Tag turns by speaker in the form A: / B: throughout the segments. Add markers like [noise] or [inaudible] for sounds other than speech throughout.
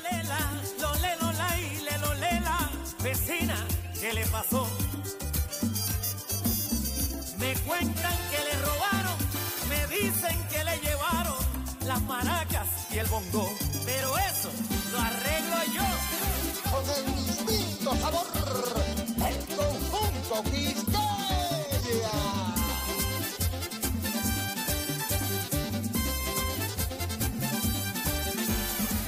A: lela, lo, lelo, lai, lelo, lela. Vecina, ¿qué le pasó? Me cuentan que le robaron, me dicen que le llevaron las maracas y el bongo. Pero eso lo arreglo yo.
B: con el distinto sabor el conjunto Quisqueya.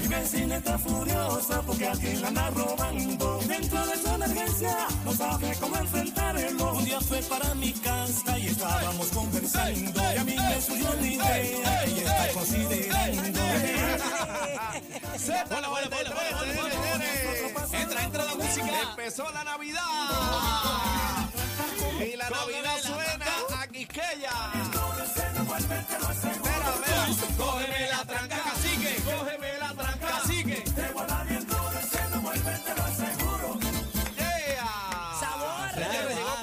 A: Mi vecina está furiosa porque alguien la anda robando. Dentro de su emergencia no sabe cómo enfrentarlo. Un día fue para mi casa y estábamos conversando. Y a mí me surgió la idea y está considerando.
C: Bueno, bueno, bueno, bueno, bueno, bueno. Entra, entra la música. Empezó la Navidad. Y la Navidad suena a Quisqueya. Espera, espera. Cógeme la tranca, cacique. Cógeme la tranca, cacique. Yeah.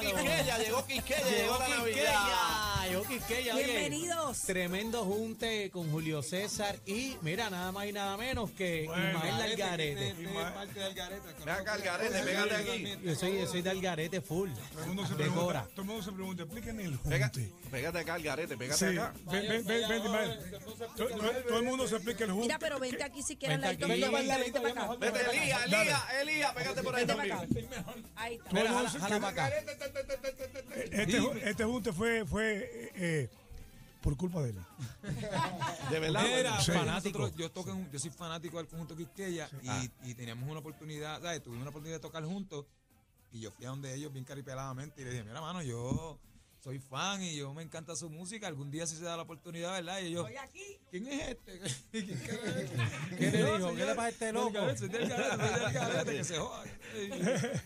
C: Señores, llegó Quisqueya, llegó Quisqueya, llegó la Navidad.
D: Bienvenidos. Tremendo junte con Julio César y mira, nada más y nada menos que Ismael Algarete.
C: Ve acá, Algarete, pégate aquí.
D: Yo soy, yo soy de Algarete full.
E: Todo el mundo se
D: De Cora.
E: pregunta, todo el mundo se pregunta, explíquenme el
C: Pega-
E: junte.
C: Pégate acá, Algarete, pégate
E: Sí,
C: acá.
E: ven, ven, ven, ven, Ismael. Todo- todo- Todo el mundo se explica el junte.
F: Mira, pero vente aquí si quieres la
D: Vente aquí.
F: vente
D: Vente
F: para acá, vente para acá.
C: Vete, Elías, Elías, Elías, pégate por ahí
F: Vente para acá.
C: también.
F: Ahí está.
E: Todo
D: Mira,
E: el mundo
D: jala,
E: se-
D: jala pa' acá.
E: Este, ju- este junte fue, fue eh, eh, por culpa de él.
C: De verdad.
G: Era
E: Sí.
G: fanático. yo, toco en- yo soy fanático del conjunto Quisqueya y,
D: Ah.
G: y teníamos una oportunidad, ¿sabes? Tuvimos una oportunidad de tocar juntos y yo fui a donde ellos bien caripeladamente y le dije, mira, mano, yo soy fan y yo me encanta su música. Algún día si se da la oportunidad, ¿verdad? Y ellos, ¿quién es este? [laughs] ¿Quién es este?
D: ¿Qué te dijo?
G: Yo, señor,
D: ¿Qué le pasa a este
G: soy
D: loco?
G: Garete, soy del Garete, soy del Garete, que se joda.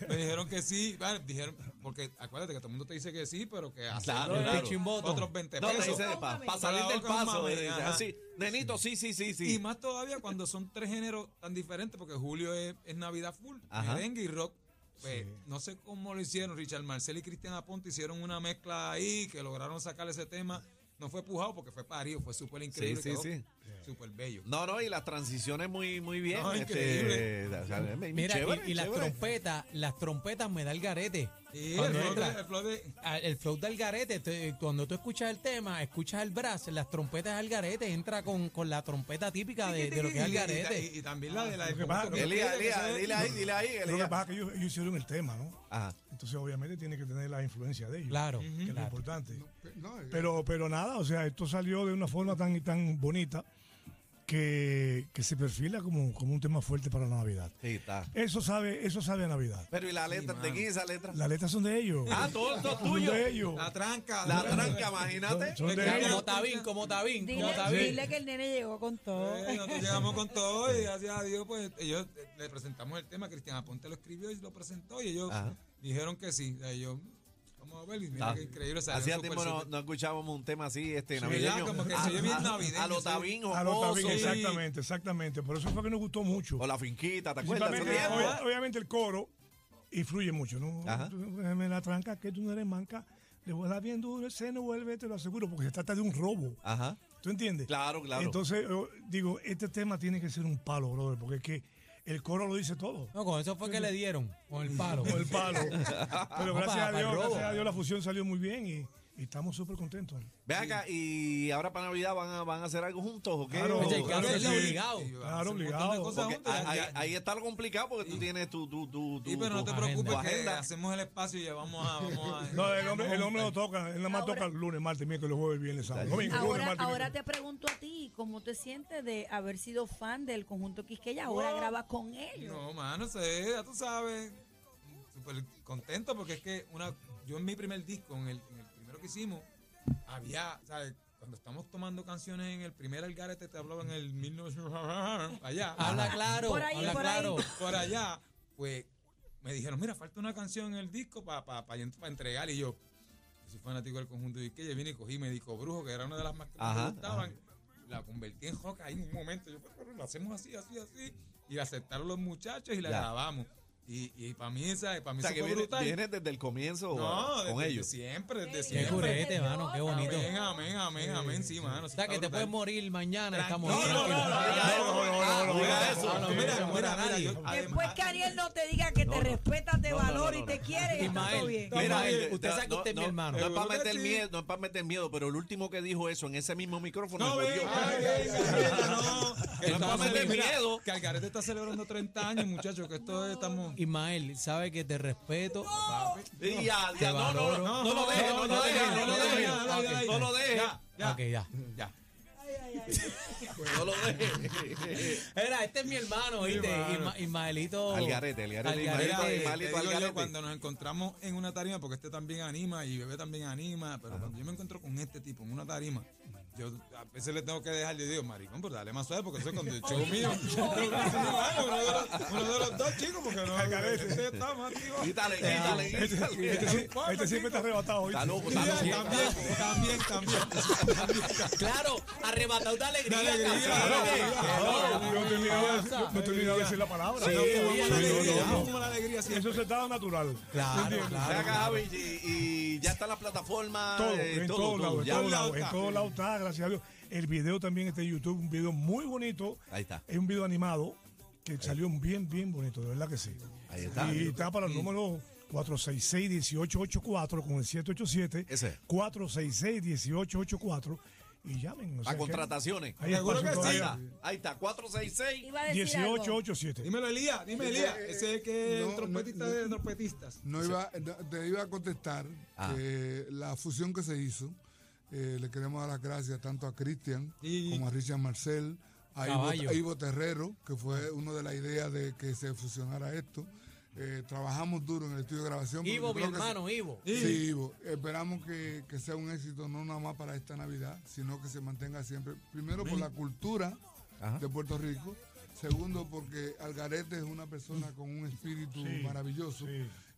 G: Me dijeron que sí, bueno, dijeron, porque acuérdate que todo el mundo te dice que sí, pero que hace
C: Claro,
G: otros
C: claro.
G: pitching bottom, otros 20
C: No,
G: pesos.
C: te dice para salir del
G: Para la boca,
C: paso.
G: mami,
C: eh, dice,
G: ajá.
C: Así, nenito, sí, sí, sí,
G: Y
C: sí.
G: más todavía cuando son tres géneros tan diferentes, porque Julio es, es Navidad full,
C: Ajá.
G: merengue y rock. Pues, No sé cómo lo hicieron, Richard Marcel y Cristiana Ponte hicieron una mezcla ahí que lograron sacar ese tema. No fue pujado porque fue parido, fue súper increíble.
C: Sí, sí,
G: quedó
C: sí.
G: Súper bello.
C: No, no, y las transiciones muy, muy bien.
G: No,
C: este, o sea,
D: Mira, y-
C: chévere,
D: y, las
C: chévere.
D: trompetas, las trompetas me da Algarete.
G: Sí, el
D: Cuando
G: flow de-
D: entra-
G: el flow de-
D: a- el flow de Algarete, te- cuando tú escuchas el tema, escuchas el brass, las trompetas de Algarete, entra con, con la trompeta típica de, de lo que es
G: Y- y-
D: Algarete.
G: Y, y también la de la del
E: que pasa-
G: conjunto
C: Elías,
G: Quisqueya, que
C: Elías,
G: se-
C: dile ahí, dile ahí,
E: Lo que
C: Elías.
E: pasa es que ellos, ellos hicieron el tema, ¿no?
C: Ajá.
E: Entonces, obviamente, tiene que tener la influencia de ellos.
D: Claro,
E: Que es lo
D: claro.
E: importante. Pero, pero nada, o sea, esto salió de una forma tan y tan bonita que, que se perfila como, como un tema fuerte para la Navidad.
C: Sí, está.
E: Eso sabe, eso sabe a Navidad.
C: Pero, ¿y la letra? ¿De quién es esa letra?
E: Las letras son de ellos.
C: Ah, todo, todo
E: Son
G: [laughs]
C: tuyo.
E: de ellos.
G: La tranca.
C: La tranca, imagínate.
E: Son- son de
G: Claro.
E: ellos.
D: Como Tabín, como Tabín, como
F: Dile,
D: Tabín.
F: dile que el nene llegó con todo.
G: Eh, nosotros llegamos con todo y gracias a Dios, pues ellos eh, le presentamos el tema. Cristian Aponte lo escribió y lo presentó y ellos
C: Ajá.
G: dijeron que sí. O sea, yo, vamos a ver, y mira
C: Ah.
G: qué increíble. salió
C: Hacía
G: súper,
C: tiempo no,
G: súper.
C: no escuchábamos un tema así, este,
G: ¿verdad?
C: navideño.
G: Como que
C: A-
G: se oye bien
C: a-
G: navideño,
C: A lo
G: sí.
C: tabín,
E: A los
C: jocoso,
E: Tabín,
C: sí.
E: exactamente, exactamente. Por eso fue que nos gustó mucho.
C: O la finquita, ¿te acuerdas?
E: Principalmente,
C: Ese tiempo.
E: obvia- obviamente el coro influye mucho, ¿no?
C: Ajá.
E: Tú Me la tranca que tú no eres manca, le voy a dar bien duro, ese no vuelve, te lo aseguro, porque se trata de un robo.
C: Ajá.
E: ¿Tú entiendes?
C: Ah, Claro, claro.
E: Entonces, yo digo, este tema tiene que ser un palo, brother, porque es que el coro lo dice todo.
D: No, con eso fue que le dieron, con el palo.
C: [laughs]
E: [laughs] Con el palo. Pero
D: No,
E: gracias
D: pa-
E: a
D: pa'
E: Dios,
D: robo.
E: gracias a Dios la fusión salió muy bien y Y estamos súper contentos.
C: Ve acá, y ahora para Navidad van a, van a hacer algo juntos o qué?
E: Claro.
C: O-
D: Oye, hay que
G: Claro
D: hacerlo
G: que sí.
D: obligado.
G: Y vamos a
E: Claro,
G: hacer un montón de
E: obligado.
G: cosas
C: porque
G: juntos, ya-
C: ahí,
G: ya-
C: ahí está lo complicado porque tú tienes tu, tu, tu, tu,
G: Sí, pero no te
C: tu
G: preocupes
C: tu
G: que
C: agenda.
G: hacemos el espacio y ya vamos a... Vamos a
E: No, el hombre, el hombre no toca, él nada más
F: Ahora-
E: toca lunes, martes, miércoles, jueves, viernes, sábado. Domingo, lunes,
F: Ahora,
E: martes,
F: ahora
E: miércoles.
F: te pregunto a ti, ¿cómo te sientes de haber sido fan del conjunto Quisqueya? Ahora grabas con ellos.
G: No, mano, sé, ya tú sabes. Súper contento porque es que una, yo en mi primer disco, en el, en el primero que hicimos, había, ¿sabes? Cuando estamos tomando canciones en el primer Algarete, te hablaba en el 1900, [laughs] allá.
D: Habla claro,
F: Por ahí,
D: habla
F: por ahí.
D: claro.
G: Por allá, pues me dijeron, mira, falta una canción en el disco para pa, pa- pa entregar. Y yo, yo soy fanático del conjunto de Ikea, vine y cogí Médico Brujo, que era una de las más que más
C: Ajá,
G: me gustaban. La convertí en rock ahí en un momento. Yo, pero la hacemos así, así, así. Y la aceptaron los muchachos y la
C: Ya.
G: grabamos. Y, y para mí, esa, para mí
C: O sea,
G: eso
C: que
G: fue
C: viene,
G: brutal.
C: viene desde el comienzo
G: no, desde,
C: con
G: desde
C: ellos.
G: siempre, desde
D: Qué
G: siempre.
D: curete, mano, qué bonito.
G: Amén, amén, amén, amén, sí, mano.
D: O sea, que te puedes morir mañana, estamos
G: No, no, no,
D: tranquilos.
G: no, no, no, no, no,
C: Diga
G: eso.
C: eso.
G: Mira, mira, mira, yo-
F: Después que Ariel no te diga que te respeta, te
C: no,
F: valora
C: no,
F: y
C: no,
F: te
C: no.
F: quiere, está todo
D: Ismael,
F: bien.
D: Mira,
C: Mira,
D: Ismael,
C: eh,
D: usted
C: no,
D: sabe que usted es mi
C: no,
D: hermano.
C: No es para
G: Seguro que
C: meter
G: sí.
C: miedo, no es para meter miedo, pero el último que dijo eso en ese mismo micrófono.
G: No,
C: murió.
G: venga, [laughs] venga, venga, no. Que
C: No
G: estamos
C: me dé
G: cele- mira,
C: miedo.
G: Que Algarete está celebrando 30 años, muchachos, que esto es- estamos.
D: Ismael, sabe que te respeto.
C: Y ya, ya, no, no,
D: valoro.
C: no, no lo dejes, no lo dejes, no lo dejes,
G: no lo dejes.
C: no lo dejes,
G: Ya, ya.
D: Ok, ya.
G: Ya.
C: no lo dejes.
D: Era, este es mi hermano, ¿viste?
G: hermano.
D: Isma- Ismaelito.
C: Algarete, Algarete,
D: Algarete.
G: Mira, eh,
C: Malito
G: te digo yo,
C: Algarete.
G: cuando nos encontramos en una tarima, porque este también anima y Bebé también anima, pero cuando yo me encuentro con este tipo en una tarima, yo a veces le tengo que dejar, yo digo, maricón, pero dale más suave, porque eso es cuando el [laughs] show mío. uno de los- uno de los dos chicos, porque no, este está más activo.
C: Quítale, quítale, quítale.
E: Este, sí- este siempre está arrebatado. ¿oíste?
C: Está loco, está loco.
G: También, también, también. [laughs]
D: Claro, arrebatado de alegría.
G: De alegría,
D: cabrón.
G: de alegría.
E: Claro, yo no terminé de decir- yo no terminé de decir la palabra. No, no, no, no, no.
G: como la alegría
E: Eso se da natural.
D: Claro,
C: Ve
D: claro.
C: acá, Javi, y, y ya está la plataforma.
E: Todo,
C: eh,
E: en todos lados, en
C: ya.
E: todos
G: todo
E: lados, en
G: está.
E: todos lados está, gracias a Dios. El video también está en YouTube, un video muy bonito.
C: Ahí está.
E: Es un video animado que salió bien, bien bonito, de verdad que sí.
C: Ahí está.
E: Y está para el número 466-1884 con el 787.
C: Ese.
E: 466-1884. Y llamen. o sea
C: A
E: que-
C: contrataciones.
E: Ahí está,
G: Seguro que
C: Ahí
G: sí.
C: está, ahí está, 466.
F: Iba a decir algo.
E: 1887.
G: Dímelo, Elías, dime, eh, Elías. Ese es el que es el trompetista de trompetistas.
H: No iba, no, te iba a contestar
C: Ah.
H: que la fusión que se hizo, eh, le queremos dar las gracias tanto a Cristian
G: Y-
H: como a Richard Marcel, a
D: Caballo.
H: Ivo, a Ivo Terrero, que fue una de las ideas de que se fusionara esto. Eh, trabajamos duro en el estudio de grabación. porque
D: Ivo,
H: yo
D: mi
H: creo que se-
D: hermano, Ivo.
H: Sí, Ivo. Esperamos que, que sea un éxito no nada más para esta Navidad, sino que se mantenga siempre. Primero por la cultura de Puerto Rico. Segundo porque Algarete es una persona con un espíritu maravilloso.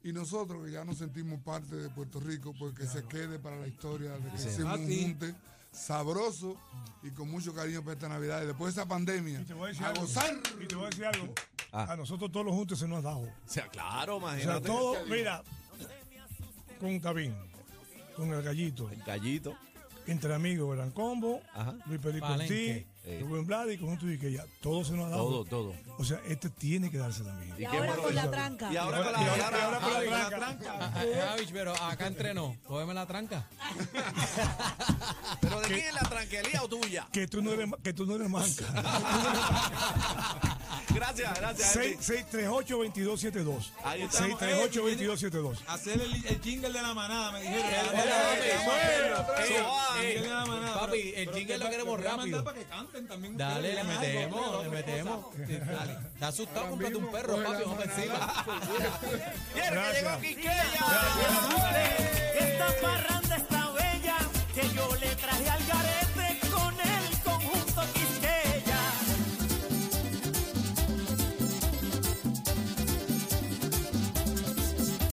H: Y nosotros que ya nos sentimos parte de Puerto Rico, porque se quede para la historia de que hicimos
G: Ah,
H: un
G: sí.
H: junte sabroso y con mucho cariño para esta Navidad. Y después de esa pandemia,
E: Y te voy a decir
H: a
E: algo.
H: gozar.
E: Y te voy a decir algo.
C: Ah.
E: A nosotros todos los juntos se nos ha dado.
C: O sea, claro,
E: O sea,
C: imagínate.
E: todo, mira, con Cabín, con el gallito,
C: El gallito.
E: entre amigos eran combo,
C: Ajá.
E: Luis Felipe
D: Palenque.
E: Ortiz, Rubén Blades y conjunto y que ya todo se nos ha dado.
C: Todo, todo.
E: O sea, este tiene que darse también.
F: Y
C: qué
F: ahora
C: bueno
F: con la
C: eso.
F: tranca.
C: Y ahora con la Ah,
E: Y ahora con la
C: cara.
E: tranca.
D: Javi, Ah, pero acá entrenó. Cógeme la tranca.
C: Pero de quién es la tranquilidad o tuya.
E: Que tú no eres, que tú no
C: [laughs]
E: eres manca.
C: Gracias, gracias. Eddie.
E: 638-2272.
C: Ahí estamos. eh.
E: 638-2272.
G: Hacer el, el jingle de la manada, me dijeron.
D: Ey,
G: Vamos a hacer,
D: ey,
G: vamos a hacerlo.
C: ey,
G: Sí,
C: ey,
G: jingle de la manada,
D: papi,
G: pero-
D: el
G: pero
D: jingle
G: que-
D: lo queremos
G: pero voy a mandar
D: rápido.
G: para que canten también ustedes,
D: Dale, le
G: algo,
D: metemos,
G: algo,
D: le
G: otra
D: metemos.
G: cosa.
D: Sí, Dale. Está asustado, cómprate un perro,
H: coge la
D: papi, vamos
H: manada.
D: encima.
C: Quiero que llegó
E: Gracias.
C: Quisqueya.
A: Esta parranda está bella, que yo